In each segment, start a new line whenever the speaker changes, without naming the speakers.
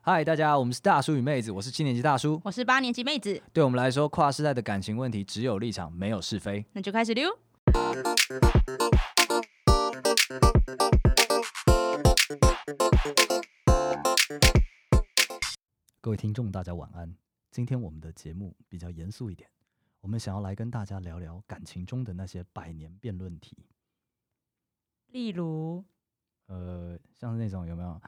嗨，大家，我们是大叔与妹子，我是七年级大叔。
我是八年级妹子，
对我们来说，跨世代的感情问题只有立场，没有是非。
那就开始溜。
各位听众，大家晚安。今天我们的节目比较严肃一点，我们想要来跟大家聊聊感情中的那些百年辩论题。
例如，
呃，像是那种有没有？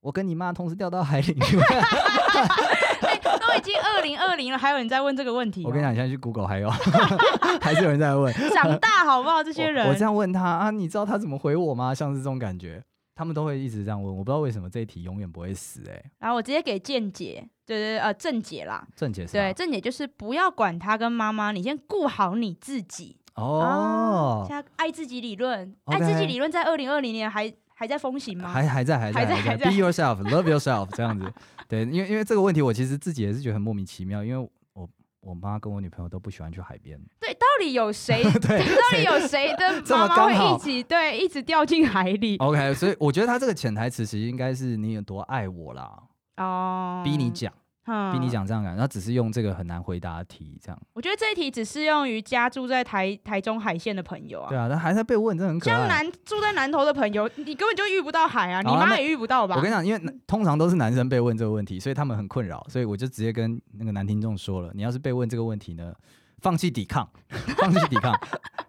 我跟你妈同时掉到海 里。
哎都已经二零二零了，还有人在问这个问题、哦
我跟你，讲，你现在去 Google 还有， 还是有人在问。
长大好不好？这些人，
我我这样问他啊，你知道他怎么回我吗？像是这种感觉，他们都会一直这样问。我不知道为什么这一题永远不会死、欸。哎，
然后我直接给见解，对对对呃正解啦，
正解是吧
对正解就是不要管他跟妈妈，你先顾好你自己。
哦
啊，现在爱自己理论，
OK
爱自己理论在二零二零年还还在风行吗？
还还在还在
还在
在
还在
，Be yourself, love yourself 这 样子。对，因为因为这个问题，我其实自己也是觉得很莫名其妙，因为我我妈跟我女朋友都不喜欢去海边。
对，到底 有谁？ 到底有谁的
这么
妈妈
刚好哦
会一起对一直掉进海里？
OK，所以我觉得他这个潜台词其实应该是你有多爱我啦，
哦，
逼你讲，
嗯，
逼你讲这样感觉，他只是用这个很难回答的题这样。
我觉得这一题只适用于家住在台台中海线的朋友
对
啊。
啊，但还在被问，真的很可
像
爱。
南住在南投的朋友，你根本就遇不到海啊，你
好啊
妈
那
也遇不到吧？
我跟你讲，因为男通常都是男生被问这个问题，所以他们很困扰，所以我就直接跟那个男听众说了，你要是被问这个问题呢，放弃抵抗， 放弃抵抗，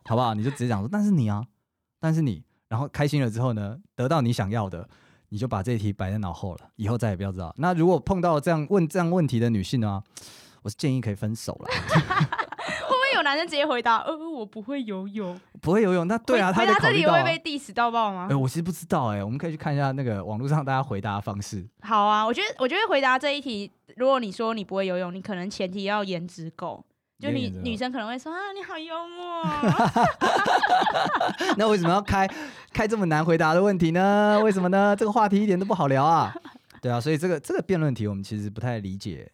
好不好？你就直接讲说，但是你啊，但是你，然后开心了之后呢，得到你想要的，你就把这一题摆在脑后了，以后再也不要知道。那如果碰到这样问这样问题的女性呢，我是建议可以分手了，
会不会有男生直接回答？呃，我不会游泳。
不会游泳，那对啊，
回
他
回
得
答
考
这
虑
里
到、
会
啊。
被 diss 到爆吗
哎、？我其实不知道哎、我们可以去看一下那个网络上大家回答的方式。
好啊，我觉得我觉得回答这一题，如果你说你不会游泳，你可能前提要颜值够。就
你
女
也知道
女生可能会说啊，你好幽默哦，
那为什么要开开这么难回答的问题呢？为什么呢？这个话题一点都不好聊啊。对啊，所以这个这个辩论题，我们其实不太理解，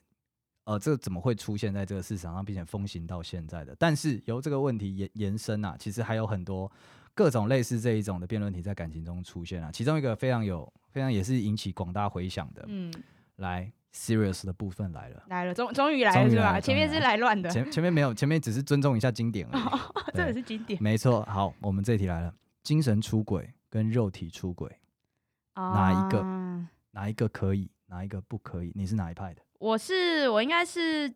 呃，这怎么会出现在这个市场上，并且风行到现在的？但是由这个问题延延伸啊，其实还有很多各种类似这一种的辩论题在感情中出现啊。其中一个非常有非常也是引起广大回响的，
嗯，
来 serious 的部分来了。
来了，终终于来
终
了
于
是
来
吧？
了
前面
终于
是来乱的，
前前面没有，前面只是尊重一下经典而已。
这
对
也哦是经典。
没错，好，我们这题来了，精神出轨跟肉体出轨。哪一个
啊
哪一个可以，哪一个不可以？你是哪一派的？
我是我应该是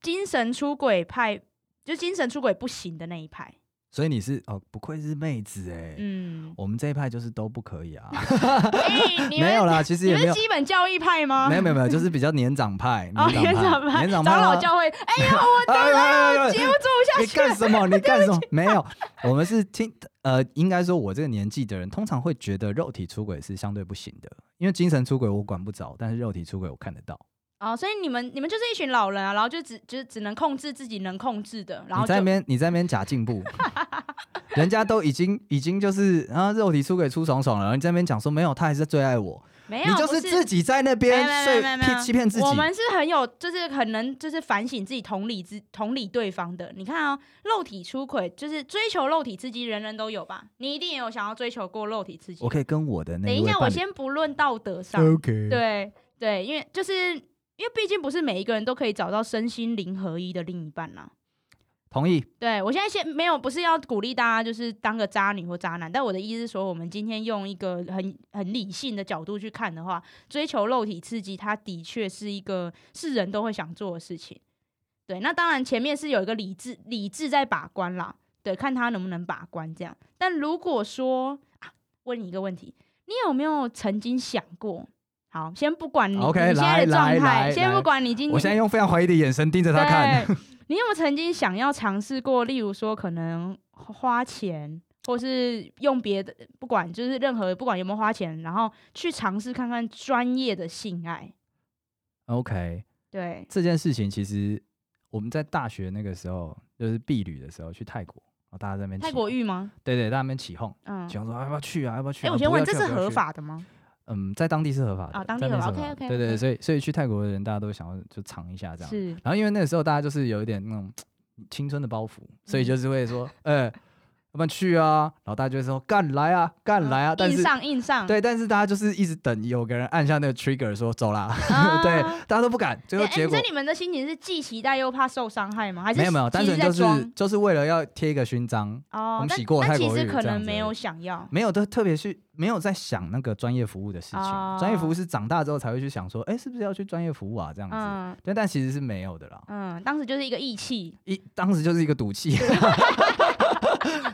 精神出轨派，就精神出轨不行的那一派。
所以你是哦，不愧是妹子哎、
嗯，
我们这一派就是都不可以啊，
哎，你们
没有啦，其实
你
也
们
没
是
有，
基本教义派吗？
没有没有没有，就是比较年长派，
哦，
年长派，
派，
年长
长
派啊
老教会。哎呀，我
哎呦哎呦哎呦
节目做不下
你干什么？你干什么？没有，我们是听呃，应该说，我这个年纪的人通常会觉得肉体出轨是相对不行的，因为精神出轨我管不着，但是肉体出轨我看得到。
哦，所以你们你们就是一群老人啊，然后就只就只能控制自己能控制的，然后
你在那
就
边你在那边假进 步，人家都已经已经就是啊肉体出轨出爽爽了，然后你在那边讲说没有，他还是最爱我，
没
你
有，
就
不是
自己在那
没有
边
没有
睡
没有没有
骗欺骗自己
我。们是很有，就是很能，就是反省自己、同理自同理对方的。你看啊、肉体出轨就是追求肉体刺激，人人都有吧？你一定也有想要追求过肉体刺激
我。可以跟我的那
等一
位
下，我
伴侣
先不论道德上，
OK，，
对对，因为就是因为毕竟不是每一个人都可以找到身心灵合一的另一半啊啦、
同意。
对我现在先没有，不是要鼓励大家就是当个渣女或渣男，但我的意思是说，我们今天用一个很很理性的角度去看的话，追求肉体刺激，它的确是一个是人都会想做的事情。对，那当然前面是有一个理智理智在把关啦，对，看他能不能把关这样。但如果说、啊、问你一个问题，你有没有曾经想过？好，先不管你
OK，
你现在
来来
的状态，
来
先
来
不管你今
我现在用非常怀疑的眼神盯着他看。
对，你有没有曾经想要尝试过，例如说可能花钱，或是用别的，不管就是任何不管有没有花钱，然后去尝试看看专业的性爱？
OK，
对，
这件事情其实我们在大学那个时候，就是避旅的时候去泰国，然后大家在那边
泰
起
国
哄
浴吗？
对对，大家在那边起哄，
嗯
起，哄说啊要不要去啊，要不要去
哎，
啊？
我先
不要
问，
去
这
啊
是
不要
合
去
法的吗？
嗯，在当地是合法的
啊当
在
地
那边
合
是
法
合法的
OK，OK，
对对，
OK
所以所以去泰国的人大家都想要就尝一下啊这样。
是，嗯
然后因为那个时候大家就是有一点那种青春的包袱，所以就是会说，呃，要不然去啊，然后大家就会说干来啊，干来啊，但
嗯硬
是。
哦上硬上，
对，但是大家就是一直等有个人按下那个 trigger 说走啦，
啊
对，大家都不敢，最后
哎
结果
所以你们的心情是既期待又怕受伤害吗？还是
没有没有，
其
单
实
纯
在
就是
装
就是为了要贴一个勋章，我
哦
们，
但
洗过
但
泰
其
国
实
浴
可
这样
能
子
没
而
有
已
想要
没有的，特别是没有在想那个专业服务的事情，专业服务
哦
是长大之后才会去想说，哎，是不是要去专业服务啊这样子？
嗯
对，但其实是没有的啦，
嗯，当时就是一个义气，
一当时就是一个赌气，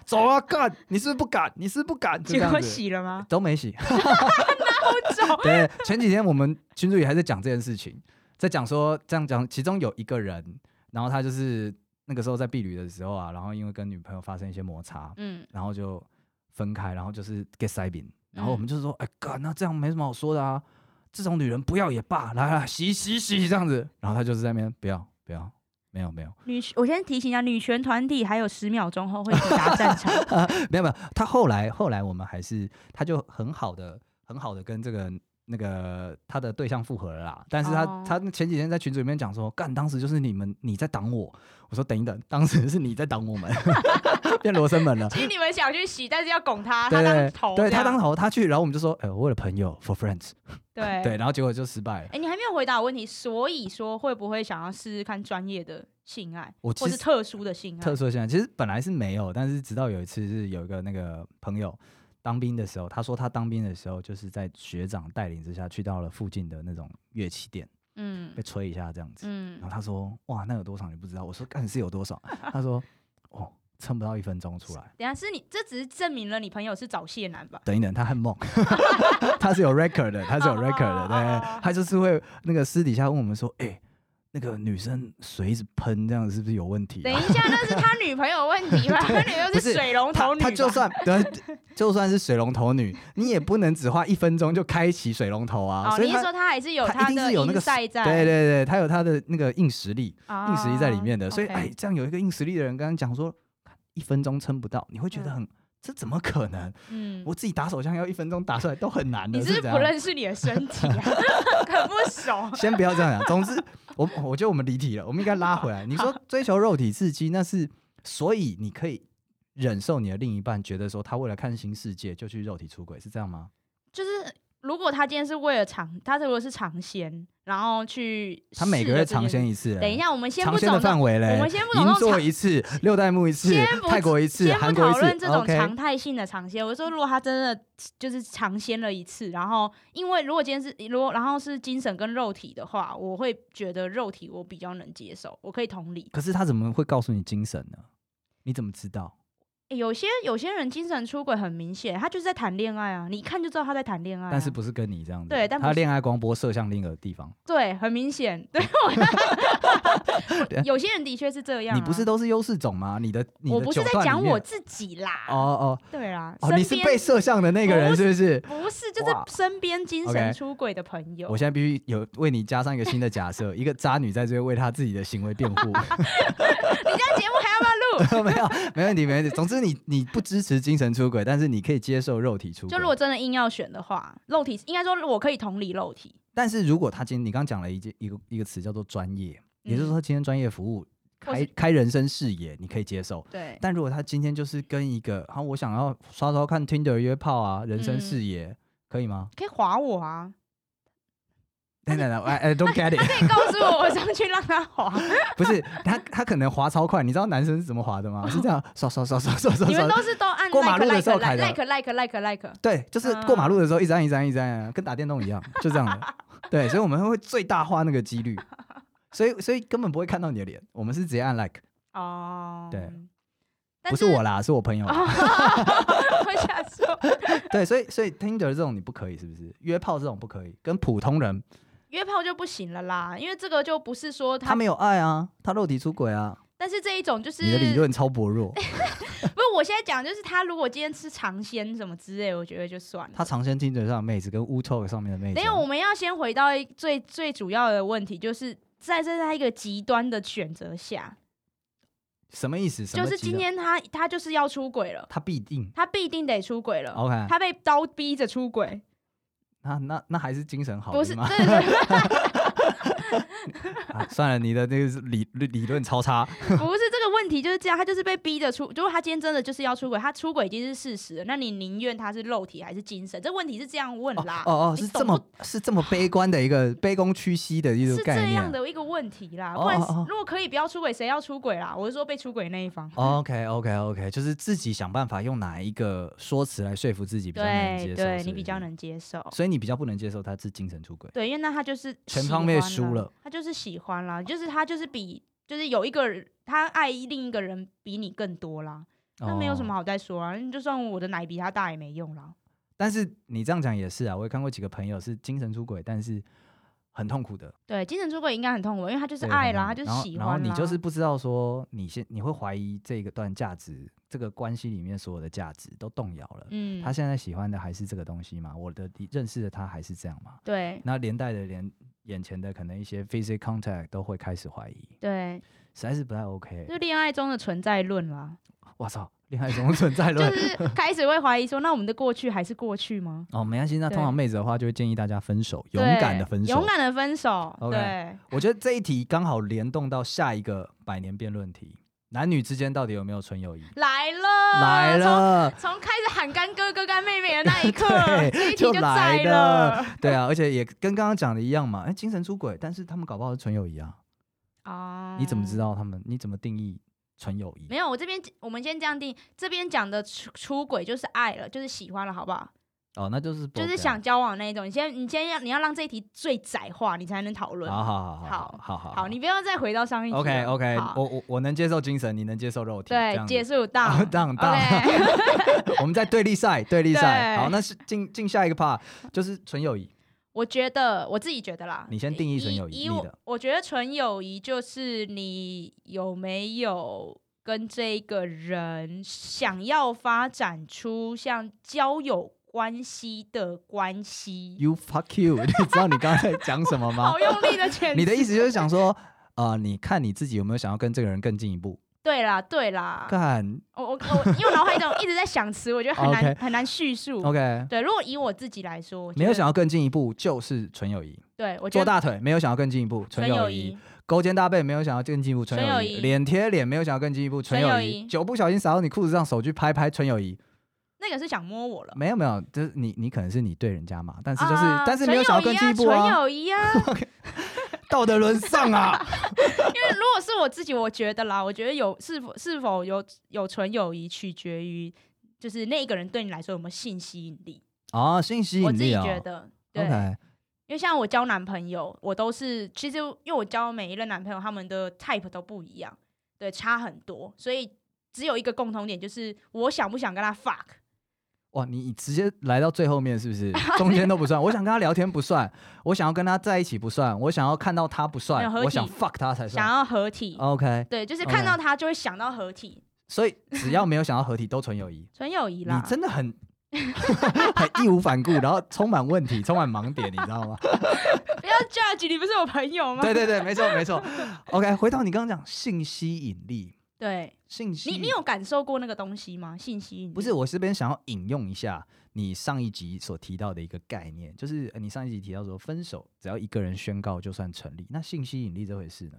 走啊干，你是不是不敢？你是不是不敢？就这
结
样
果
子
洗了吗？
都没洗，哪有
走
对，前几天我们群主也还在讲这件事情，在讲说这样讲，其中有一个人，然后他就是那个时候在避旅的时候啊，然后因为跟女朋友发生一些摩擦，
嗯，
然后就分开，然后就是 get 塞饼，然后我们
嗯
就说，哎、干，那这样没什么好说的啊，这种女人不要也罢，来来洗洗洗这样子，然后他就是在那边不要不要，没有没有
女，我先提醒一下，女权团体还有十秒钟后会抵达战 场。
没有没有，他后来后来我们还是他就很好的很好的跟这个。那个他的对象复合了啦，但是他、
哦
他前几天在群组里面讲说，干当时就是你们你在挡我，我说等一等，当时是你在挡我们， 变罗生门 了，
其实你们想去洗，但是要拱他，他
对
当
对
头，
对
这
他
样
当头他去，然后我们就说，哎、我为了朋友 for friends，
对
对，然后结果就失败了。
哎、你还没有回答我问题，所以说会不会想要试试看专业的性爱，
我
或
其
是
实
特殊的性爱？
特殊的现象，其实本来是没有，但是直到有一次是有一个那个朋友当兵的时候，他说他当兵的时候就是在学长带领之下去到了附近的那种乐器店，
嗯
被吹一下这样子。然后
嗯，
他说：“哇，那有多少你不知道？”我说：“干是有多少？”他说：“哦，撑不到一分钟出 来，
等一下是你，这只是证明了你朋友是早泄男 吧？
等一等，他很 猛，他是有 record 的，他是有 record 的，
哦哦哦哦
对，他就是会那个私底下问我们说：‘哎、那个女生水一直喷，这样是不是有问题、啊？’
等一下，那是他女朋友问题 吧？他女朋友
不是
是水龙
他
头女吧
他就 算对，就算是水龙头女，你也不能只花一分钟就开启水龙头啊。
哦，
所
你
以
是
他
说他还是有
他一定
的
是有那个
赛在？
对对对，他有他的那个硬实力、
啊
硬实力在里面的。所以
OK
哎，这样有一个硬实力的人刚刚讲说，一分钟撑不到，你会觉得
嗯
很。这怎么可能？
嗯，
我自己打手枪要一分钟打出来都很难的，
你是
是
不
怎
是不
样？
认识你的身体 啊？很不熟。
先不要这样讲。总之，我我觉得我们离题了，我们应该拉回来。你说追求肉体刺激，那是所以你可以忍受你的另一半觉得说他为了看新世界就去肉体出轨，是这样吗？
就是如果他今天是为了尝，他如果是尝鲜，然后去
他每个
试了
月
这件
尝鲜一次，
等一，下，我们先
尝
不
鲜
走
的
那
范围嘞，
我们先不懂
银
那种
座
尝
一次，六代目一次
先，不
泰国一次，
先
韩
不
国一
讨
次
论这种
，OK，
常态性的尝鲜，我说如果他真的就是尝鲜了一次，然后因为如果今天是如果然后是精神跟肉体的话，我会觉得肉体我比较能接受，我可以同理。
可是他怎么会告诉你精神呢？你怎么知道？
诶有些有些人精神出轨很明显，他就是在谈恋爱啊，你一看就知道他在谈恋爱啊、
但是不是跟你这样子？
对但不
他
是
恋爱光波射向另一个地方，
对，很明显， 对我有些人的确是这样、啊。
啊你不是都是优势种吗？你的你
我
的
不
九
是在
段里
讲
面
我自己啦，
哦哦
对啦，
哦，
身
你是
边
被摄像的那个人
不
是不是？
不是就是
哇
身边精
OK
神出轨的朋友
我。现在必须有为你加上一个新的假设，一个渣女在这边为她自己的行为辩 护。
你这样节目还要 不要录？
没有，没问题，没问题。总之你，你不支持精神出轨，但是你可以接受肉体出轨。
就如果真的硬要选的话，肉体应该说我可以同理肉体，
但是如果他今天你刚讲了一件一个一个词叫做专业，也就是
嗯
说今天专业服务
或
开
是
开人生视野，你可以接受。
对，
但如果他今天就是跟一个，啊，我想要刷刷看 Tinder 约炮啊，人生
嗯
视野、可以吗？
可以划我啊，
等等等，哎哎，don't get it，
可以告诉我，我上去让他 划。
不是他他可能滑超快，你知道男生是怎么滑的吗？是 这样刷刷刷刷刷刷
你们
刷，
都是都按
过马
like
路的时
like
候开
like
的
like like like like，
对，就是
啊
过马路的时候一直按一直按一直按，啊跟打电动一样，就这样的。对，所以我们会最大化那个几率，所以所以根本不会看到你的脸，我们是直接按 like，
哦，
对，
但哦
不是我啦，是我朋友啦。
会下说，
对，所以所以 Tinder 这种你不可以，是不是？约炮这种不可以，跟普通人
约炮就不行了啦，因为这个就不是说
他
他，
没有爱啊，他肉体出轨啊，
但是这一种就是
你的理论超薄 弱。
不是，我现在讲就是他如果今天吃尝鲜什么之类，我觉得就算了。
他尝鲜 Tinder 上的妹子跟 Wu Talk 上面的妹子
等一
啊，
下我们要先回到一最最主要的问题，就是在这在一个极端的选择下，
什么意思？什
就
么
是
极
今
端
天他他就是要出轨了，
他必定
他必定得出轨了。
OK，
他被刀逼着出轨，
那那那还是精神好
不是，
吗？
对对，
啊算了，你的那个是理理理论超差。
不是这个问问题就是这样，他就是被逼着出。如果他今天真的就是要出轨，他出轨已经是事实了，那你宁愿他是肉体还是精神？这问题是这样问
哦
啦，
哦哦，
你
是
懂
这么是这么悲观的一个卑躬屈膝的一
不
个
是
概
这
念
样
啊。
的一个问题啦。
哦
不然
哦哦
如果可以不要出轨，谁要出轨啦？我是说被出轨那一方。
OK OK OK，就是自己想办法用哪一个说辞来说服自己比较能接
对
受，
对，
是
你
不
比较
是，
能接受。
所以你比较不能接受他是精神出轨。
对，因为那他就是
全
喜
方面
欢啊
输
啦
了，
他就是喜欢啦，就是他就是比就是有一个人他爱另一个人比你更多啦，那没有什么
哦。
好再说啊，就算我的奶比他大也没用啦。
但是你这样讲也是啊，我也看过几个朋友是精神出轨，但是很痛苦的，
对，精神出轨应该很痛苦，因为他就是
对
爱
很
啦，他
痛苦
就是
然后
喜
然后
欢啊
你
啦。
就是不知道说你现你会怀疑这个段价值，这个关系里面所有的价值都动摇了。
嗯，
他现在喜欢的还是这个东西吗？我的认识的他还是这样吗？
对
那连带的连眼前的可能一些 physical contact 都会开始怀疑，
对，
实在是不太 OK
就。恋爱中的存在 论啦，
我操，恋爱中存在
就
论。
是开始会怀疑说，那我们的过去还是过去吗？
哦，没关系。那通常
对
妹子的话，就会建议大家分手，勇
对
敢的分手
勇。敢的分手。
OK
对，
我觉得这一题刚好联动到下一个百年辩论题：男女之间到底有没有纯友谊？
来了，
来
从
了，
从开始喊干哥哥干妹妹的那一刻，
对
这一题
就来
在
了
了
对啊，而且也跟刚刚讲的一样嘛。哎，精神出轨，但是他们搞不好是纯友谊啊。
啊
你怎么知？道他们？你怎么定义纯友谊
没？有，我这边我们先这样定，这边讲的出出轨就是爱了，就是喜欢了，好不好？
哦，那就是不
就是
OK 啊
想交往那一种。你先，你先要你要让这一题最窄化，你才能讨论。
好好好
好
好好
好你不要再回到上一题了。
OK OK，
好
我我我能接受精神，你能接受肉体，这
对
样子
结束到
啊当当
OK，
我们在对立赛，对立赛。
对
好，那是进进下一个 part，就是纯友谊。
我觉得我自己觉得啦，
你先定义纯友谊
以
你
以我
的
我觉得纯友谊就是你有没有跟这个人想要发展出像交友关系的关系。
You fuck you，你 知道你刚才讲什么吗
好？用力的遣词。
你的意思就是想说，啊，你看你自己有没有想要跟这个人更进一步？
对啦，对啦，
干
我我我，因为我脑海中一直在想词，我觉得很难
OK
很难叙述。
，OK，
对，如果以我自己来说，我觉
没有
得
想要更进一步就是纯友谊。
对，我觉
做
得
大腿没有想要更进一步，纯
纯友
友
谊
谊。勾肩搭背没有想要更进一步，纯
纯
友
友
谊。
谊
脸贴脸没有想要更进一步，纯
纯
友
友
谊。
谊
酒不小心洒到你裤子上，手去拍拍，纯友谊。
那个是想摸我了。
没有没有，就是你你可能是你对人家嘛，但是就是、
啊
但是没有想要更进一步
纯
啊，
友谊啊，纯友谊啊
道德沦丧 啊。
因为如果是我自己，我觉得啦，我觉得有是否是否有有纯友谊，取决于就是那一个人对你来说有没有性吸引力。
啊，性吸
我
引
自己
力啊、
觉得，对
OK，
因为像我交男朋友，我都是其实因为我交每一任男朋友，他们的 type 都不一样，对，差很多，所以只有一个共同点，就是我想不想跟他 fuck。
哇，你直接来到最后面是不 是？中间都不算。我想跟他聊天不算，我想要跟他在一起不算，我想要看到他不
没有
算，
合
我想
体
fuck 他才
想
算。
要合体。
OK，
对，就是
哦 OK
看到他就会想到合体，
所以只要没有想要合体，都纯友谊。
纯友谊
你
啦。
真的很很义无反顾，然后充满问题，充满盲点，你知道吗？
不要 judge，你不是我朋友吗？
对对对，没错没错。OK，回到你刚刚讲性吸引力，
对
性吸
你
引
你有感受过那个东西吗？信息引力
不是，我这边想要引用一下你上一集所提到的一个概念，就是呃你上一集提到说，分手只要一个人宣告就算成立。那性吸引力这回事呢？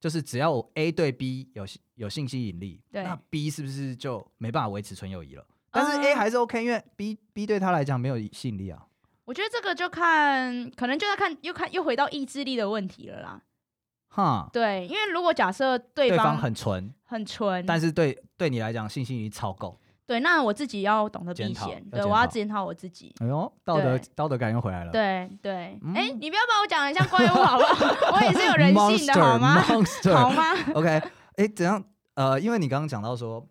就是只要我 A 对 B 有性有性吸引力，
对
那 B 是不是就没办法维持纯友谊了？但是 A
嗯
还是 OK，因为 B B 对他来讲没有吸引力啊。
我觉得这个就看，可能就要看，又看又回到意志力的问题了啦。
哈，
对，因为如果假设对
对
方嗯
方很纯，
很纯，
但是对对你来讲性吸引力超够。
对，那我自己要懂得避
检讨
嫌，
要
对
检
我
讨
要检讨我自己。
哎呦，道德
对
道德感又回来了。
对对，
嗯
哎、你不要把我讲的像怪物好不好？我 也是有人性的好吗？
？Monster，
好吗？
OK，哎、怎样？呃，因为你刚刚讲到说，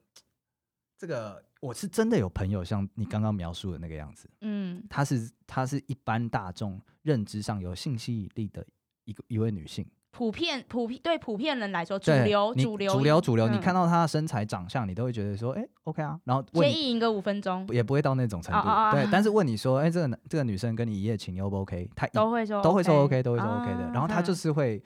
这个我是真的有朋友像你刚刚描述的那个样子，
嗯，
她是她是一般大众认知上有性吸引力的一个一位女性，
普遍普遍对普遍人来说，主
对
流
你
主流
主流主流，你
嗯
看到她的身材长相，你都会觉得说，哎、o k 啊，然后问
先
你
意淫个五分钟
也不会到那种程度，
哦哦哦
对，但是问你说，哎、这个男这个女生跟你一夜情 O 不 OK？她一
都会说
都会说 OK，都会说 OK 的。
啊
然后他就
嗯
是会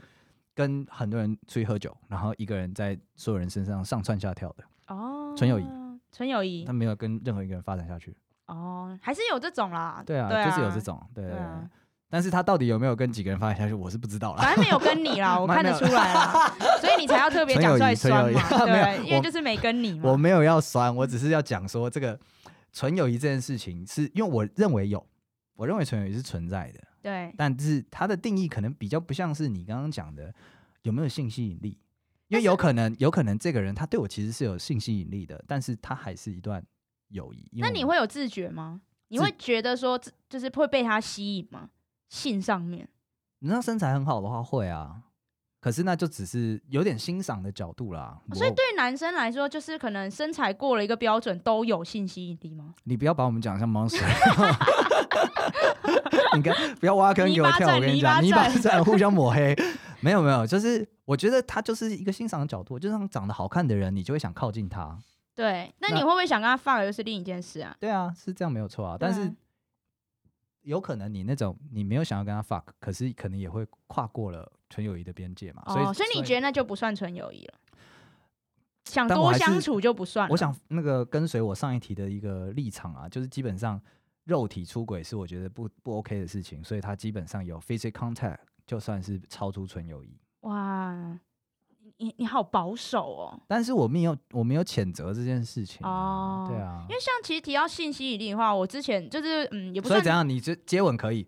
跟很多人出去喝酒，然后一个人在所有人身上上蹿下跳的，
哦，
纯友谊，
纯友谊
他没有跟任何一个人发展下去。
哦，还是有这种啦，
对啊，
对
就是有这种，对对
对
对。
啊
但是他到底有没有跟几个人发展下去，我是不知道啦。
反正没有跟 你啦，我
没有
看得出来啦，所以你才要特别 讲出来酸嘛，
纯友谊纯友谊没有
对，因为
我
就是没跟你嘛。
我没有要酸，我只是要讲说这个纯友谊这件事情是，因为我认为有，我认为纯友谊是存在的，
对，
但是它的定义可能比较不像是你刚刚讲的有没有性吸引力，因
但
为
是
有可能有可能这个人他对我其实是有性吸引力的，但是他还是一段友谊。因为
那你
我
会有自觉吗？你会觉得说，这就是会被他吸引吗？性上面，
你知道身材很好的话会啊，可是那就只是有点欣赏的角度啦。
哦所以
我
对男生来说，就是可能身材过了一个标准都有性吸引力吗？
你不要把我们讲得像 monster。你跟不要挖坑给我跳，我跟你讲，
泥
你
巴
把
战
在 互相抹黑，没有没有，就是我觉得他就是一个欣赏的角度，就像长得好看的人，你就会想靠近他。
对，那
那
你会不会想跟他放，又是另一件事啊？嗯
对啊，是这样没有错啊，但
对
是有可能你那种你没有想要跟他 fuck，可是可能也会跨过了纯友谊的边界嘛，所以、
哦，所以你觉得那就不算纯友谊了？想
但我
多
还是
相处就不算了
我想那个跟随我上一题的一个立场啊，就是基本上肉体出轨是我觉得不不 OK 的事情，所以它基本上有 physical contact 就算是超出纯友谊。
哇，你你好保守哦。
但是我没有我没有谴责这件事情、啊，
哦
对啊
因，为像其实提到性吸引力的话，我之前就是嗯，也不
所以
算
怎样，你接接吻可以，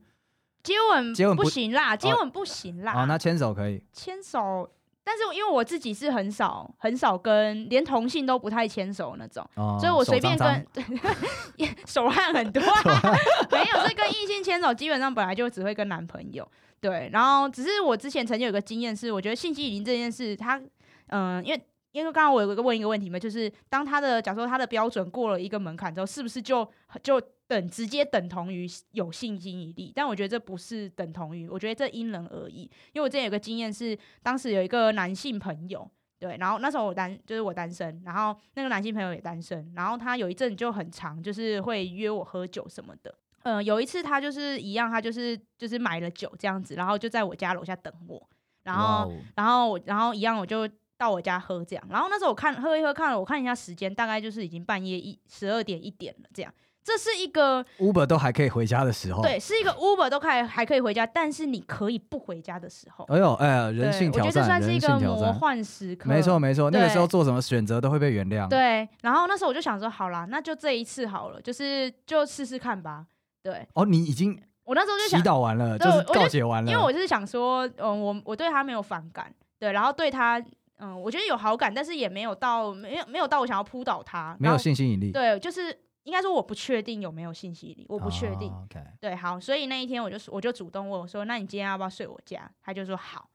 接吻，
接吻不
不行啦，接吻不行啦。
啊，那牵手可以，
牵手，但是因为我自己是很少很少跟连同性都不太牵手那种，
哦
所以我随便
手脏脏
跟也 手汗 很多、啊，没有，所以跟异性牵手基本上本来就只会跟男朋友。对，然后只是我之前曾经有个经验是，我觉得性吸引力这件事，它嗯、因为。因为刚刚我有一个问一个问题嘛，就是当他的假如说他的标准过了一个门槛之后，是不是就就等直接等同于有性吸引力？但我觉得这不是等同于，我觉得这因人而异。因为我之前有个经验是，当时有一个男性朋友，对，然后那时候我单就是我单身，然后那个男性朋友也单身，然后他有一阵就很长，就是会约我喝酒什么的。呃，有一次他就是一样，他就是就是买了酒这样子，然后就在我家楼下等我，然
哇
后
哦
然后我然后一样我就到我家喝这样，然后那时候我看喝一喝看了我看一下时间，大概就是已经半夜一十二点一点了这样。这是一个
Uber 都还可以回家的时候，
对，，是一个 Uber 都可以还可以回家，但是你可以不回家的时候，
哎呦哎呀，人
对
性挑
我觉得这
战，
算是一
人
个
性挑
魔
战，
幻时刻，
没错。没错，那个时候
对
做什么选择都会被原谅，
对，然后那时候我就想说，好啦，那就这一次好了，就是就试试看吧。对
哦，你已经
我那时候就
祈
想，
祷完了，
对
就是
我就
告解完了，
因为我就是想说，嗯，我我对他没有反感，对，然后对他，嗯，我觉得有好感，但是也没有到没有没有到我想要扑倒他，
没有
然后
性吸引力，
对，就是应该说我不确定有没有信息力，我
我
不确定。
哦 OK，
对，好，所以那一天我就说我就主动问我说，那你今天要不要睡我家？他就说好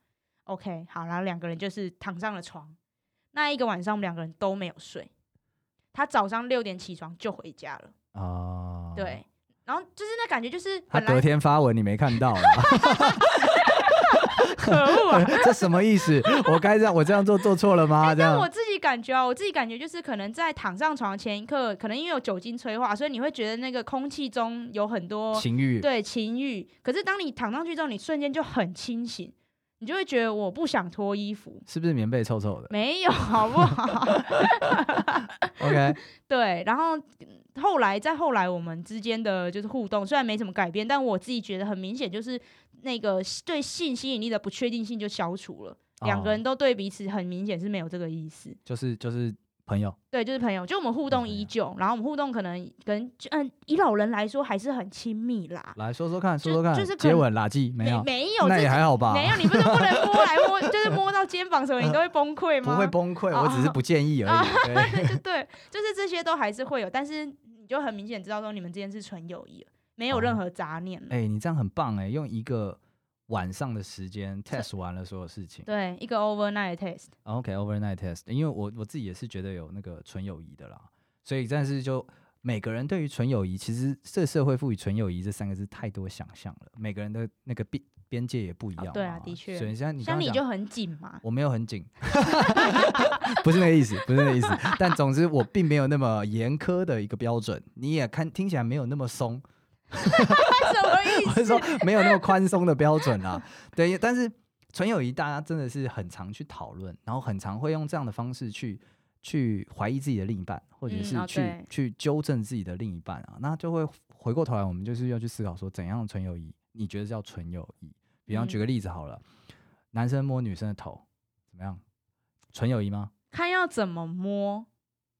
，OK，好，然后两个人就是躺上了床。那一个晚上我们两个人都没有睡，他早上六点起床就回家了，
哦，
对，然后就是那感觉就是
他
本
隔
来
天发文，你没看到啊？
可恶啊。哎
这什么意思？我该这样，我这样做做错了啊吗？这
但
样
我自己感觉啊，我自己感觉就是可能在躺上床前一刻，可能因为有酒精催化，所以你会觉得那个空气中有很多
情欲
对情欲。可是当你躺上去之后，你瞬间就很清醒，你就会觉得我不想脱衣服，
是不是棉被臭臭的
没有，好不好？
？OK，
对，然后嗯后来再后来我们之间的就是互动，虽然没什么改变，但我自己觉得很明显，就是那个对性吸引力的不确定性就消除了， 两
哦
个人都对彼此很明显是没有这个意思。
就是就是朋友，
对，就是朋友，就我们互动
朋友
依旧，然后我们互动可能跟嗯，以老人来说还是很亲密啦，
来说说看，
就
说说看，
就是可能
接吻垃圾没
没
有？
没有
那
这
也
个
还好吧，
没有，你不是不能摸来摸，就是摸到肩膀什么，你都会崩溃
嗯
吗？
不会崩溃，
哦
我只是不建议而
哦
已。对
就对，就是这些都还是会有，但是你就很明显知道说你们之间是纯友谊了，没有任
哦
何杂念了。
哎，你这样很棒哎，用一个晚上的时间 test 完了所有事情。啊
对，一个 overnight test，
OK，overnight、test，因为我我自己也是觉得有那个纯友谊的啦，所以但是就每个人对于纯友谊，其实这社会赋予纯友谊这三个字太多想象了，每个人的那个边边界也不一样嘛、
对啊的确
所以像你刚
像
刚
你
讲
就很紧 嘛。
我没有很紧，不是那个意思，不是那个意思。但总之，我并没有那么严苛的一个标准，你也看听起来没有那么松，
什么意
我
思？
是 说没有那么宽松的标准啦。 对，但是纯友谊大家真的是很常去讨论，然后很常会用这样的方式去去怀疑自己的另一半，或者
嗯
是
哦
去、
对
去纠正自己的另一半啊，那就会回过头来，我们就是要去思考说，怎样的纯友谊你觉得叫纯友谊？比方举
嗯
个例子好了，男生摸女生的头，怎么样？纯友谊吗？
看要怎么摸，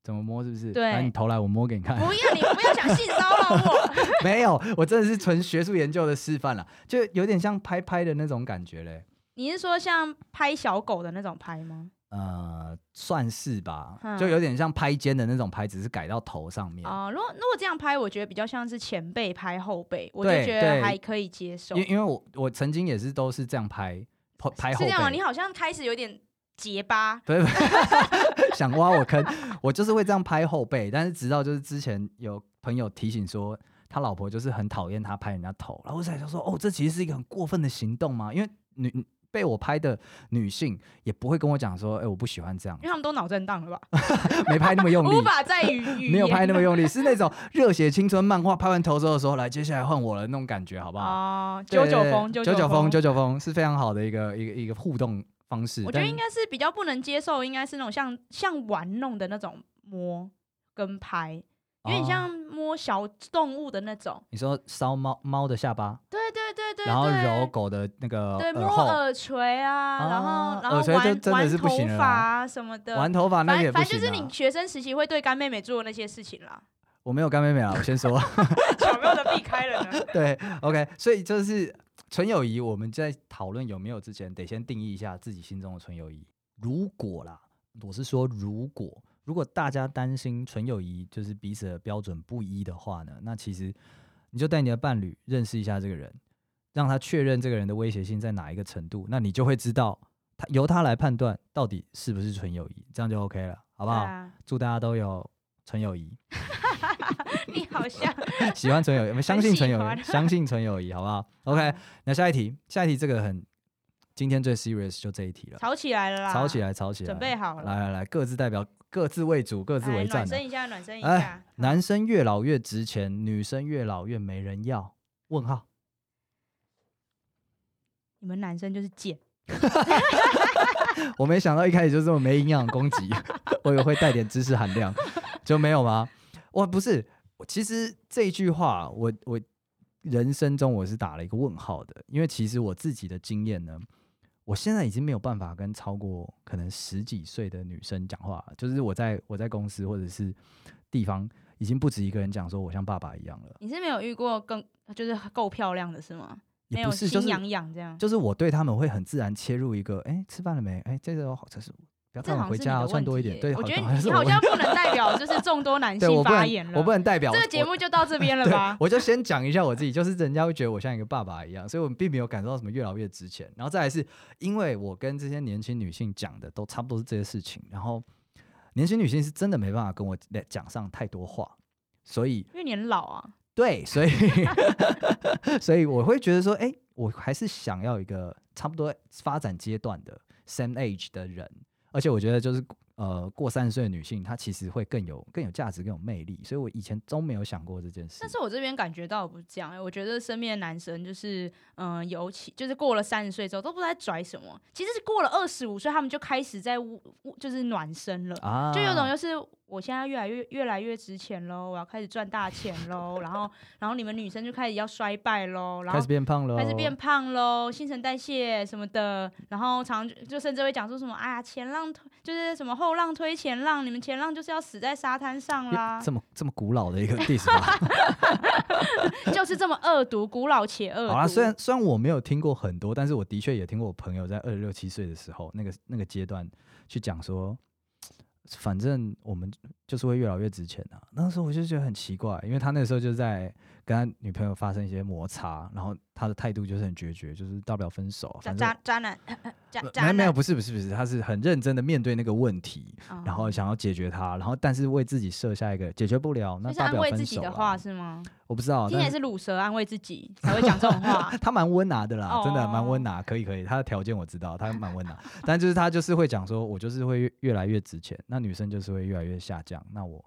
怎么摸？是不是？哎
对
来你头来，我摸给你看
不。要你不要想性骚扰我，
没有，我真的是纯学术研究的示范了，就有点像拍拍的那种感觉嘞。
你是说像拍小狗的那种拍吗？
呃，算是吧，
嗯
就有点像拍肩的那种拍，只是改到头上面。
啊、如果如果这样拍，我觉得比较像是前辈拍后辈，我就
对
觉
对
得还可以接受。
因为因为我我曾经也是都是这样拍拍拍
是
后
这样吗？
背
你，好像开始有点结巴，
对不对？ 想挖我坑，我就是会这样拍后背，但是直到就是之前有朋友提醒说。他老婆就是很讨厌他拍人家头，然后我才想说，哦，这其实是一个很过分的行动嘛，因为女被我拍的女性也不会跟我讲说，哎、我不喜欢这样
因为，他们都脑震荡了吧，
没拍那么用力
无，法再语语言
没有拍那么用力， 是那种热血青春漫画拍完头之后说，来，接下来换我了那种感觉，好不好？
哦，
对
九
对
九
对
风，
九
九
九风，九九风是非常好的一个一个一个互动方式。
我觉得
但
应该是比较不能接受，应该是那种像像玩弄的那种摸跟拍，有点
哦
像摸小动物的那种。
你说烧猫猫的下巴，
对对对对，
然后
对
揉狗的那个
对
耳
摸
后，
耳垂啊，然
啊
后然
耳
后
垂就
玩
真的
玩
是不
头
行了啦
发啊什么的。
玩头发那
反
个也
正
不
反
行
正就是
啊
你。学生时期会对干妹妹做的那些事情啦，
我没有干妹妹啊，我先说。
巧妙的避开了呢。
对，OK，所以就是纯友谊，我们在讨论有没有之前，得先定义一下自己心中的纯友谊。如果啦，我是说如果。如果大家担心纯友谊就是彼此的标准不一的话呢，那其实你就带你的伴侣认识一下这个人，让他确认这个人的威胁性在哪一个程度，那你就会知道他由他来判断到底是不是纯友谊，这样就 OK 了，好
好
不好？祝大家都有纯友谊。
你好像
喜欢纯友谊，我们相信纯友谊，
很喜欢
相信纯友谊，好不好？OK，那下一题，下一题这个很，今天最 serious 就这一题了，
吵起来了啦，
吵起
来，
来，吵起来，
准备好了，
来来来，各自代表，各自为主，各自
来
为战
暖
啊
身一下，暖身一
哎
下。
男生越老越值钱，女生越老越没人要。问号，
你们男生就是贱，
我没想到一开始就这么没营养的攻击， 我以为会带点知识含量，就没有吗？哇，不是，我其实这句话，啊我我人生中我是打了一个问号的，因为其实我自己的经验呢，我现在已经没有办法跟超过可能十几岁的女生讲话了，就是我在我在公司或者是地方，已经不止一个人讲说我像爸爸一样了，
你是没有遇过更就是够漂亮的是吗？没
也
有
不是，就
心
是
痒痒这样。
就是我对他们会很自然切入一个，哎、吃饭了没？哎、这个好像是不要
这
太晚
好像
回
是你的
家、啊，
问
穿多一
题
点。
耶
对，
我觉得
好是
你
我
好
问
像不能代表就是众多男
对我
性
不
发
能
言了。
我不能代表
这个节。
我
目就到这边了
对
吧，？
我就先讲一下我自己，就是人家会觉得我像一个爸爸一样，所以我们并没有感受到什么越老越值钱。然后再来是因为我跟这些年轻女性讲的都差不多是这些事情，然后年轻女性是真的没办法跟我讲上太多话，所以
因为你很老啊。
对，所以 所以我会觉得说，哎、我还是想要一个差不多发展阶段的 same age 的人，而且我觉得就是呃过三十岁的女性，她其实会更有更有价值、更有魅力，所以我以前都没有想过这件事
但。是我这边感觉到不是这样、欸，我觉得身边的男生就是，嗯、尤其就是过了三十岁之后都不知道在拽什么，其实是过了二十五岁，他们就开始在呜呜就是暖身了。
啊
就有种就是我现在越来越越来越值钱喽，我要开始赚大钱喽，然后然后你们女生就开始要衰败喽，然
开
后
始变胖了，哦
开始变胖喽，新陈代谢什么的，然后常就甚至会讲说什么，哎呀，前浪推就是什么后浪推前浪，你们前浪就是要死在沙滩上啦，
这么这么古老的一个 diss 吧。
就是这么恶毒，古老且恶毒。
好啦，虽然虽然我没有听过很多，但是我的确也听过我朋友在二十六七岁的时候，那个那个阶段去讲说，反正我们就是会越老越值钱啊。那时候我就觉得很奇怪，因为他那个时候就在跟他女朋友发生一些摩擦，然后他的态度就是很决绝，就是大不了分手啊，
渣
反正
渣渣男， 渣
不
渣
没有
男
没有，不是不是不是，他是很认真的面对那个问题，
哦
然后想要解决它，然后但是为自己设下一个解决不了，那
就是
大
安
不了
慰
分
自己
手
的
啊
话。是吗？
我不知道，
听
但
起
是
来是乳蛇安慰自己才会讲这 种话
他蛮温拿的啦，真的蛮温
哦
拿，可以可以。他的条件我知道，他蛮温拿， 但就是他就是会讲说，我就是会越越来越值钱，那女生就是会越来越下降。那我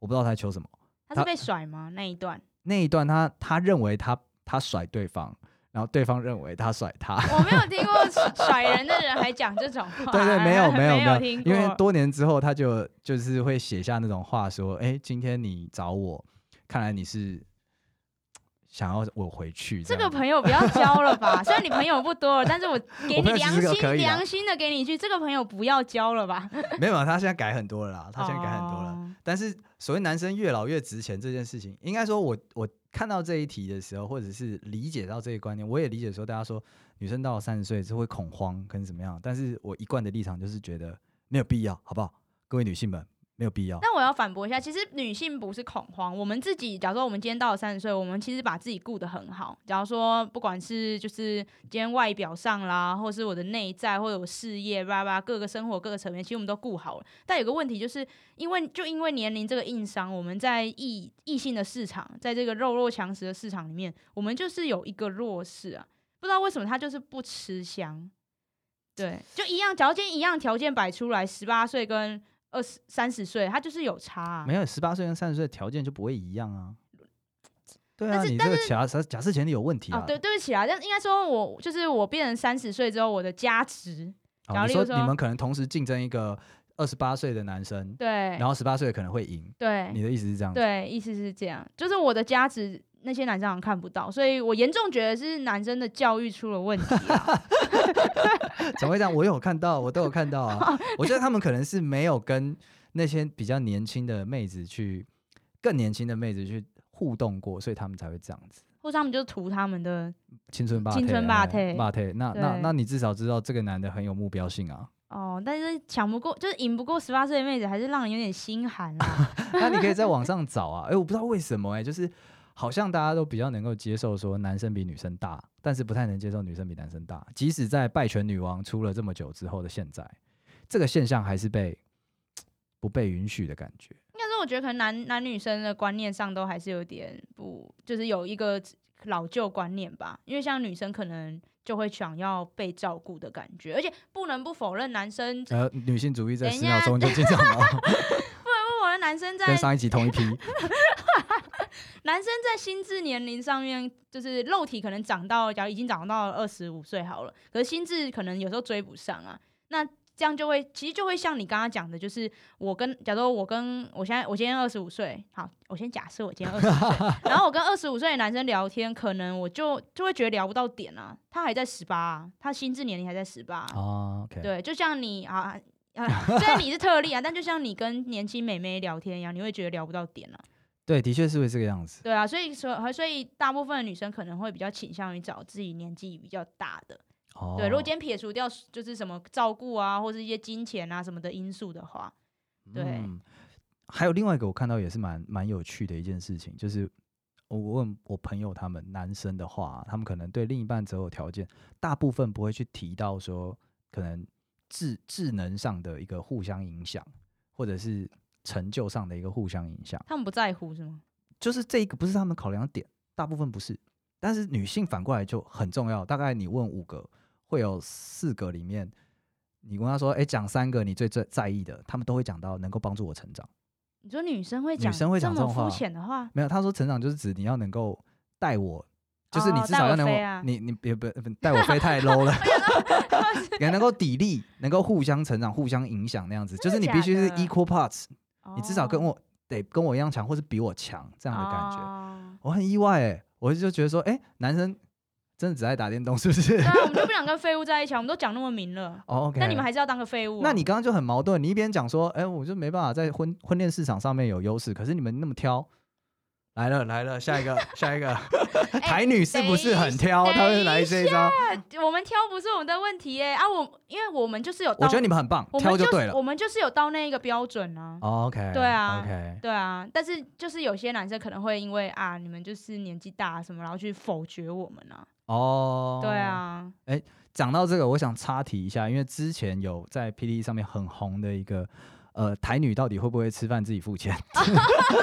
我不知道他在求什么。
他
他
是被甩吗？那一段
那一段他他认为他他甩对方，然后对方认为他甩 他。
我没有听过甩人的人还讲这种话。
对对，没有没有
有
没
听
因为
过。
多年之后他就就是会写下那种话说，哎，今天你找我，看来你是想要我回去
这
样
个
子
朋友不要交了吧，虽然你朋 友不多了，但是我
我
给你
朋友其
良
实
心
可以啊
良心的给你一句，这个朋友不要交了吧。
没有，他现在改很多了啦，他现在改很多了。
哦
但是所谓男生越老越值钱这件事情，应该说我我看到这一题的时候，或者是理解到这个观念，我也理解说大家说女生到了三十岁是会恐慌跟怎么样，但是我一贯的立场就是觉得没有必要，好不好？各位女性们，没有必要。
但我要反驳一下，其实女性不是恐慌，我们自己，假如说我们今天到了三十岁，我们其实把自己顾得很好。假如说不管是就是今天外表上啦，或是我的内在，或者我事业吧吧，各个生活各个层面，其实我们都顾好了。但有个问题就是，因为就因为年龄这个硬伤，我们在异异性的市场，在这个肉肉强食的市场里面，我们就是有一个弱势啊。不知道为什么他就是不吃香。对，就一样条件一样条件摆出来，十八岁跟二十三十岁，他就是有差、啊。
没有十八岁跟三十岁的条件就不会一样啊。对啊，
但是
你这个假设假设前提有问题啊。
哦，对，对不起啊，但应该说我就是我变成三十岁之后，我的价值
哦
假
你
如例
说
如
你
说
们可能同时竞争一个二十八岁的男生，
对
然后十八岁的可能会赢。
对
你的意思是这样子？
对，意思是这样，就是我的价值那些男生好像看不到，所以我严重觉得是男生的教育出了 问题啊。
怎么会这样？我有看到，我都有看到
哦
啊。我觉得他们可能是没有跟那些比较年轻的妹子去，更年轻的妹子去互动过，所以他们才会这样子。
或者他们就图他们的
青春霸
青春霸
退，
退
霸退。那那
对
那你至少知道这个男的很有目标性啊。
哦，但是抢不过，就是赢不过十八岁的妹子，还是让人有点心寒啊啦。
那你可以在网上找啊。哎、 我不知道为什么哎、就是好像大家都比较能够接受说男生比女生大，但是不太能接受女生比男生大。即使在《拜权女王》出了这么久之后的现在，这个现象还是被不被允许的感觉。
应该说，我觉得可能男男女生的观念上都还是有点不，就是有一个老旧观念吧。因为像女生可能就会想要被照顾的感觉，而且不能不否认，男生不
呃，女性主义在
等一
十秒
下
钟就进场 了，
能不否认男生在
跟上一集同 一批。
男生在心智年龄上面，就是肉体可能长到，假如已经长到二十五岁好了，可是心智可能有时候追不上啊。那这样就会，其实就会像你刚刚讲的，就是我跟，假如我跟我现在我今天二十五岁，好，我先假设我今天二十五岁，然后我跟二十五岁的男生聊天，可能我就就会觉得聊不到点啊，他还在十八、啊，他心智年龄还在十八、
哦，OK，
对，就像你啊。啊，虽然你是特例啊，但就像你跟年轻美眉聊天一样，你会觉得聊不到点啊。
对，的确是会这个样子。
对啊，所以说，所以大部分的女生可能会比较倾向于找自己年纪比较大的。
哦，
对，如果今天撇除掉就是什么照顾啊，或是一些金钱啊什么的因素的话，对
嗯还有另外一个我看到也是蛮蛮有趣的一件事情，就是我问我朋友他们男生的话，他们可能对另一半择偶条件，大部分不会去提到说可能智智能上的一个互相影响，或者是成就上的一个互相影响，
他们不在乎是吗？
就是这一个不是他们考量的点，大部分不是。但是女性反过来就很重要，大概你问五个，会有四个里面，你问他说，哎，讲三个你最最在意的，他们都会讲到能够帮助我成长。
你说女生会
女
讲
生会讲
这
这
么
种话
肤浅的话，
没有，他说成长就是指你要能够带我，就是你
哦
至
带
少
我
要能够、
飞啊
你你别不不带我飞太 low 了，也能够砥砺，能够互相成长、互相影响那样子，就
真
是你
的假
必须是
的
equal parts，你至少跟
哦
我得跟我一样强，或是比我强这样的感觉。
哦
我很意外哎、我就觉得说，哎、男生真的只爱打电动是不是
对？啊，我们就不想跟废物在一起啊，我们都讲那么明了，
哦，OK、o k
但你们还是要当个废物啊、
那你刚刚就很矛盾，你一边讲说，哎、我就没办法在婚婚恋市场上面有优势，可是你们那么挑，来了来了，下一个下一个， 台女是不是很挑？
哎等一
她会来这一招，
我们挑不是我们的问题耶、啊，我因为我们就是有到，
我觉得你们很棒，
我
挑
们
就是对了。
我们就是有到那一个标准啊。
哦 OK，
对啊
，OK，
对啊，但是就是有些男生可能会因为啊，你们就是年纪大啊什么，然后去否决我们啊。
哦，
对。啊，
讲到这个，我想插题一下，因为之前有在 PPT 上面很红的一个，呃，台女到底会不会吃饭自己付 钱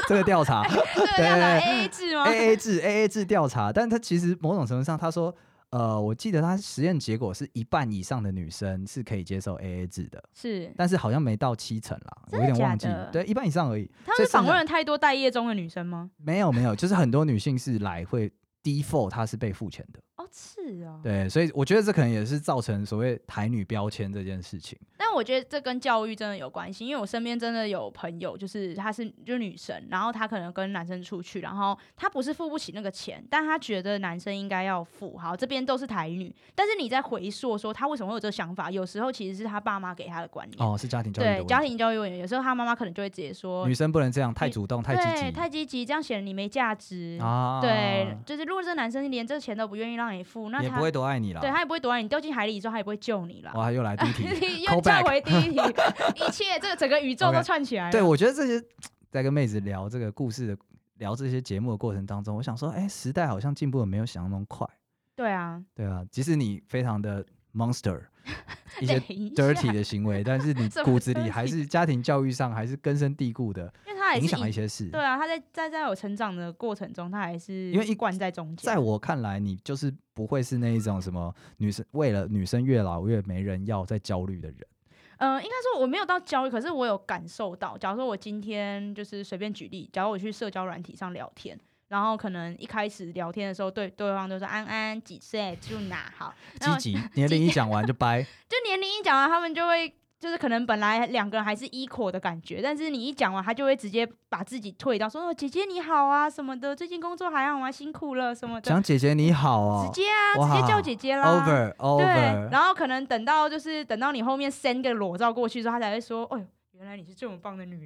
这个调查，
这 个叫做 A A 制吗？
A A 制 A A 制调查，但他其实某种程度上，他说，呃，我记得他实验结果是一半以上的女生是可以接受 A A 制的，
是，
但是好像没到七成啦，我
真
有
的
点忘记
假的，
对，一半以上而已。
他们
所以
是访
剩下
问了太多待业中的女生吗？
没有没有，就是很多女性是来会 default，她是被付钱的，
哦，是哦。
对，所以我觉得这可能也是造成所谓台女标签这件事情。
但我觉得这跟教育真的有关系，因为我身边真的有朋友，就是她是就是女生，然后她可能跟男生出去，然后她不是付不起那个钱，但她觉得男生应该要付。好，这边都是台女，但是你在回溯说她为什么会有这个想法，有时候其实是她爸妈给她的观念。
哦，是家庭教育的
对
问
家
题
庭教育委员，有时候她妈妈可能就会直接说
女，生不能这样太主动、太积
对，
极
太积极，这样显得你没价值。
啊，
对，就是如果这个男生连这钱都不愿意让你付，那
也
他
不会多爱你啦。
对他也不会躲啊在你丢进海里之后，他也不会救你啦。
哇，又来第一题。
又
Call
跳
back
回第一题， 一切这个整个宇宙
OK
都串起来了。
对，我觉得这些在跟妹子聊这个故事的、聊这些节目的过程当中，我想说，哎、时代好像进步的没有想象中快，
对啊，
对啊，即使你非常 的 monster，一些
等一下
dirty 的行为，但是你
什么
骨子里
dirty？
还是家庭教育上还是根深蒂固的
因为他还
影
是
响了一
一
些事。
对啊，他在在在我成长的过程中，他还是
因为一
贯在中间。
在我看来，你就是不会是那一种什么女生为了女生越老越没人要在焦虑的人。
呃，应该说我没有到焦虑，可是我有感受到。假如说我今天就是随便举例，假如我去社交软体上聊天，然后可能一开始聊天的时候，对对方就说安安几岁住哪好，然后
积极年龄一讲完就掰，
就年龄一讲啊完，他们就会就是可能本来两个人还是 equal 的感觉，但是你一讲完，他就会直接把自己退到说、哦、姐姐你好啊什么的，最近工作还好吗？辛苦了什么的，
讲姐姐你好
直
哦
接啊，直接
哇
叫姐姐啦。
，over
对
over，
然后可能等到就是等到你后面 send 个裸照过去之后，他才会说，哎呦，原来你是这么棒的女人。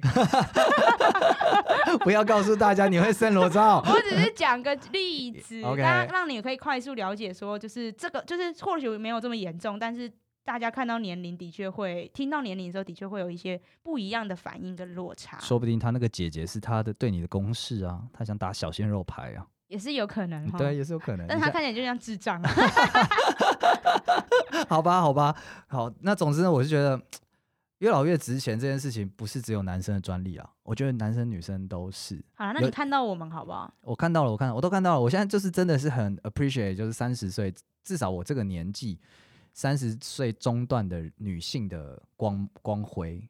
不要告诉大家你会生裸 照。
我只是讲个 例子，大
OK
家让你可以快速了解说，就是这个，就是或许没有这么严重，但是大家看到年龄的确会，听到年龄的时候的确会有一些不一样的反应跟落差，
说不定他那个姐姐是他的对你的攻势啊，他想打小鲜肉牌啊，
也是有可嗯能哈。
对，，啊也是有可能。
但是
你
他
想
看起来就像智障 啊。
好吧，好吧，好，那总之呢，我是觉得越老越值钱这件事情不是只有男生的专利啊，我觉得男生女生都是。
好了，那你
有
看到我们好不好？
我看到了，我看到我都看到了，我现在就是真的是很 appreciate，就是三十岁，至少我这个年纪。三十岁中段的女性的光光辉，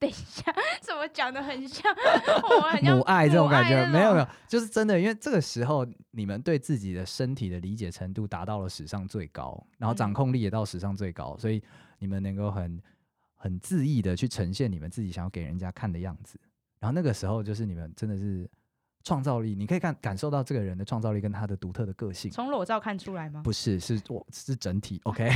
等一下，怎么讲的很像我很像
母爱这种感
母爱
觉
那，
没有没有，就是真的，因为这个时候你们对自己的身体的理解程度达到了史上最高，然后掌
嗯
控力也到史上最高，所以你们能够很很恣意的去呈现你们自己想要给人家看的样子。然后那个时候就是你们真的是创造力，你可以感感受到这个人的创造力跟他的独特的个性。
从裸照看出来吗？
不是，是我是整体 OK。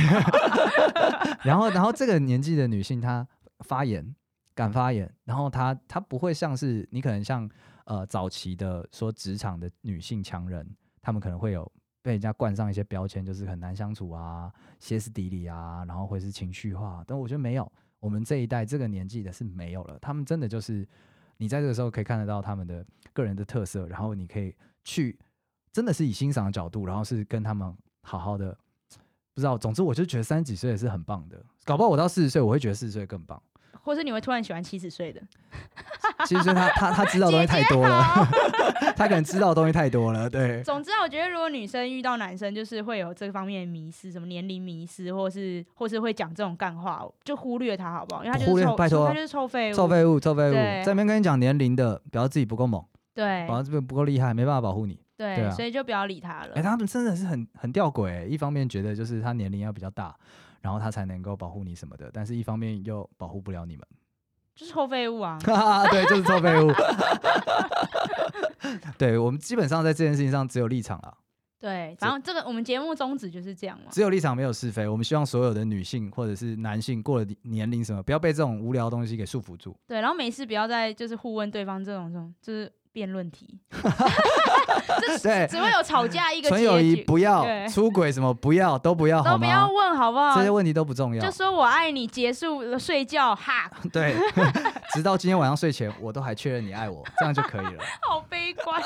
然后，然后这个年纪的女性她发言，敢发言，然后她她不会像是你可能像呃早期的说职场的女性强人，她们可能会有被人家冠上一些标签，就是很难相处啊，歇斯底里啊，然后会是情绪化。但我觉得没有，我们这一代这个年纪的是没有了，她们真的就是你在这个时候可以看得到她们的个人的特色，然后你可以去。真的是以欣赏的角度，然后是跟他们好好的，不知道。总之，我就觉得三十几岁是很棒的，搞不好我到四十岁，我会觉得四十岁更棒。
或是你会突然喜欢七十岁的？
其实他他他知道的东西太多 了，
好。哦
他可能知道的东西太多了。 对，
总之啊，我觉得如果女生遇到男生，就是会有这方面的迷失，什么年龄迷失，或是或是会讲这种干话，就忽略他好不好？因为他就
忽
是
略
臭，
拜托啊
他就是臭废物，
臭废物，臭废物，
对
在那边跟你讲年龄的，表示自己不够猛，
对
表示自己不够厉害，没办法保护你。
对
哦对啊
所以就不要理他了。
哎、他们真的是很很吊诡、欸一方面觉得就是他年龄要比较大，然后他才能够保护你什么的，但是一方面又保护不了你们。！
就是臭废物啊
哈哈，对，就是臭废物。 对我们基本上在这件事情上只有立场了，
对，反正这个我们节目宗旨就是这样嘛。
只有立场没有是非。我们希望所有的女性或者是男性过了年龄什么，不要被这种无聊的东西给束缚住。
对，然后没事不要再就是互问对方这种这种就是辩论 题，
对，
只会有吵架一个
纯友
结
谊
局，
不要，
对
出轨什么不要，都不要，
都
好
不要
吗？
问好不好
这？些问题啊都不重要
就。说我爱你，结束了睡觉哈，
对， 直到今天晚上睡前，我都还确认你爱我，这样就可以了。
好悲观，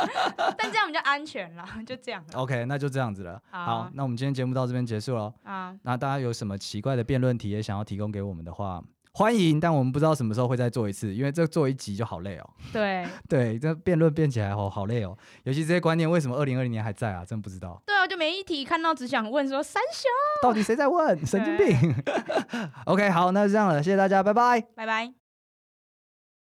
但这样比较安全啦， 就这样了
OK，那就这样子 了。
好
好，那我们今天节目到这边结束了。
啊。
那大家有什么奇怪的辩论题也想要提供给我们的话，欢迎。但我们不知道什么时候会再做一次，因为这做一集就好累哦。
对
对，这辩论辩起来哦，好累哦。尤其这些观念为什么二零二零年还在啊？真不知道，
对啊，就每一题看到只想问说三小，
到底谁在问？神经病。OK，好，那就这样了，谢谢大家，拜拜。
拜拜。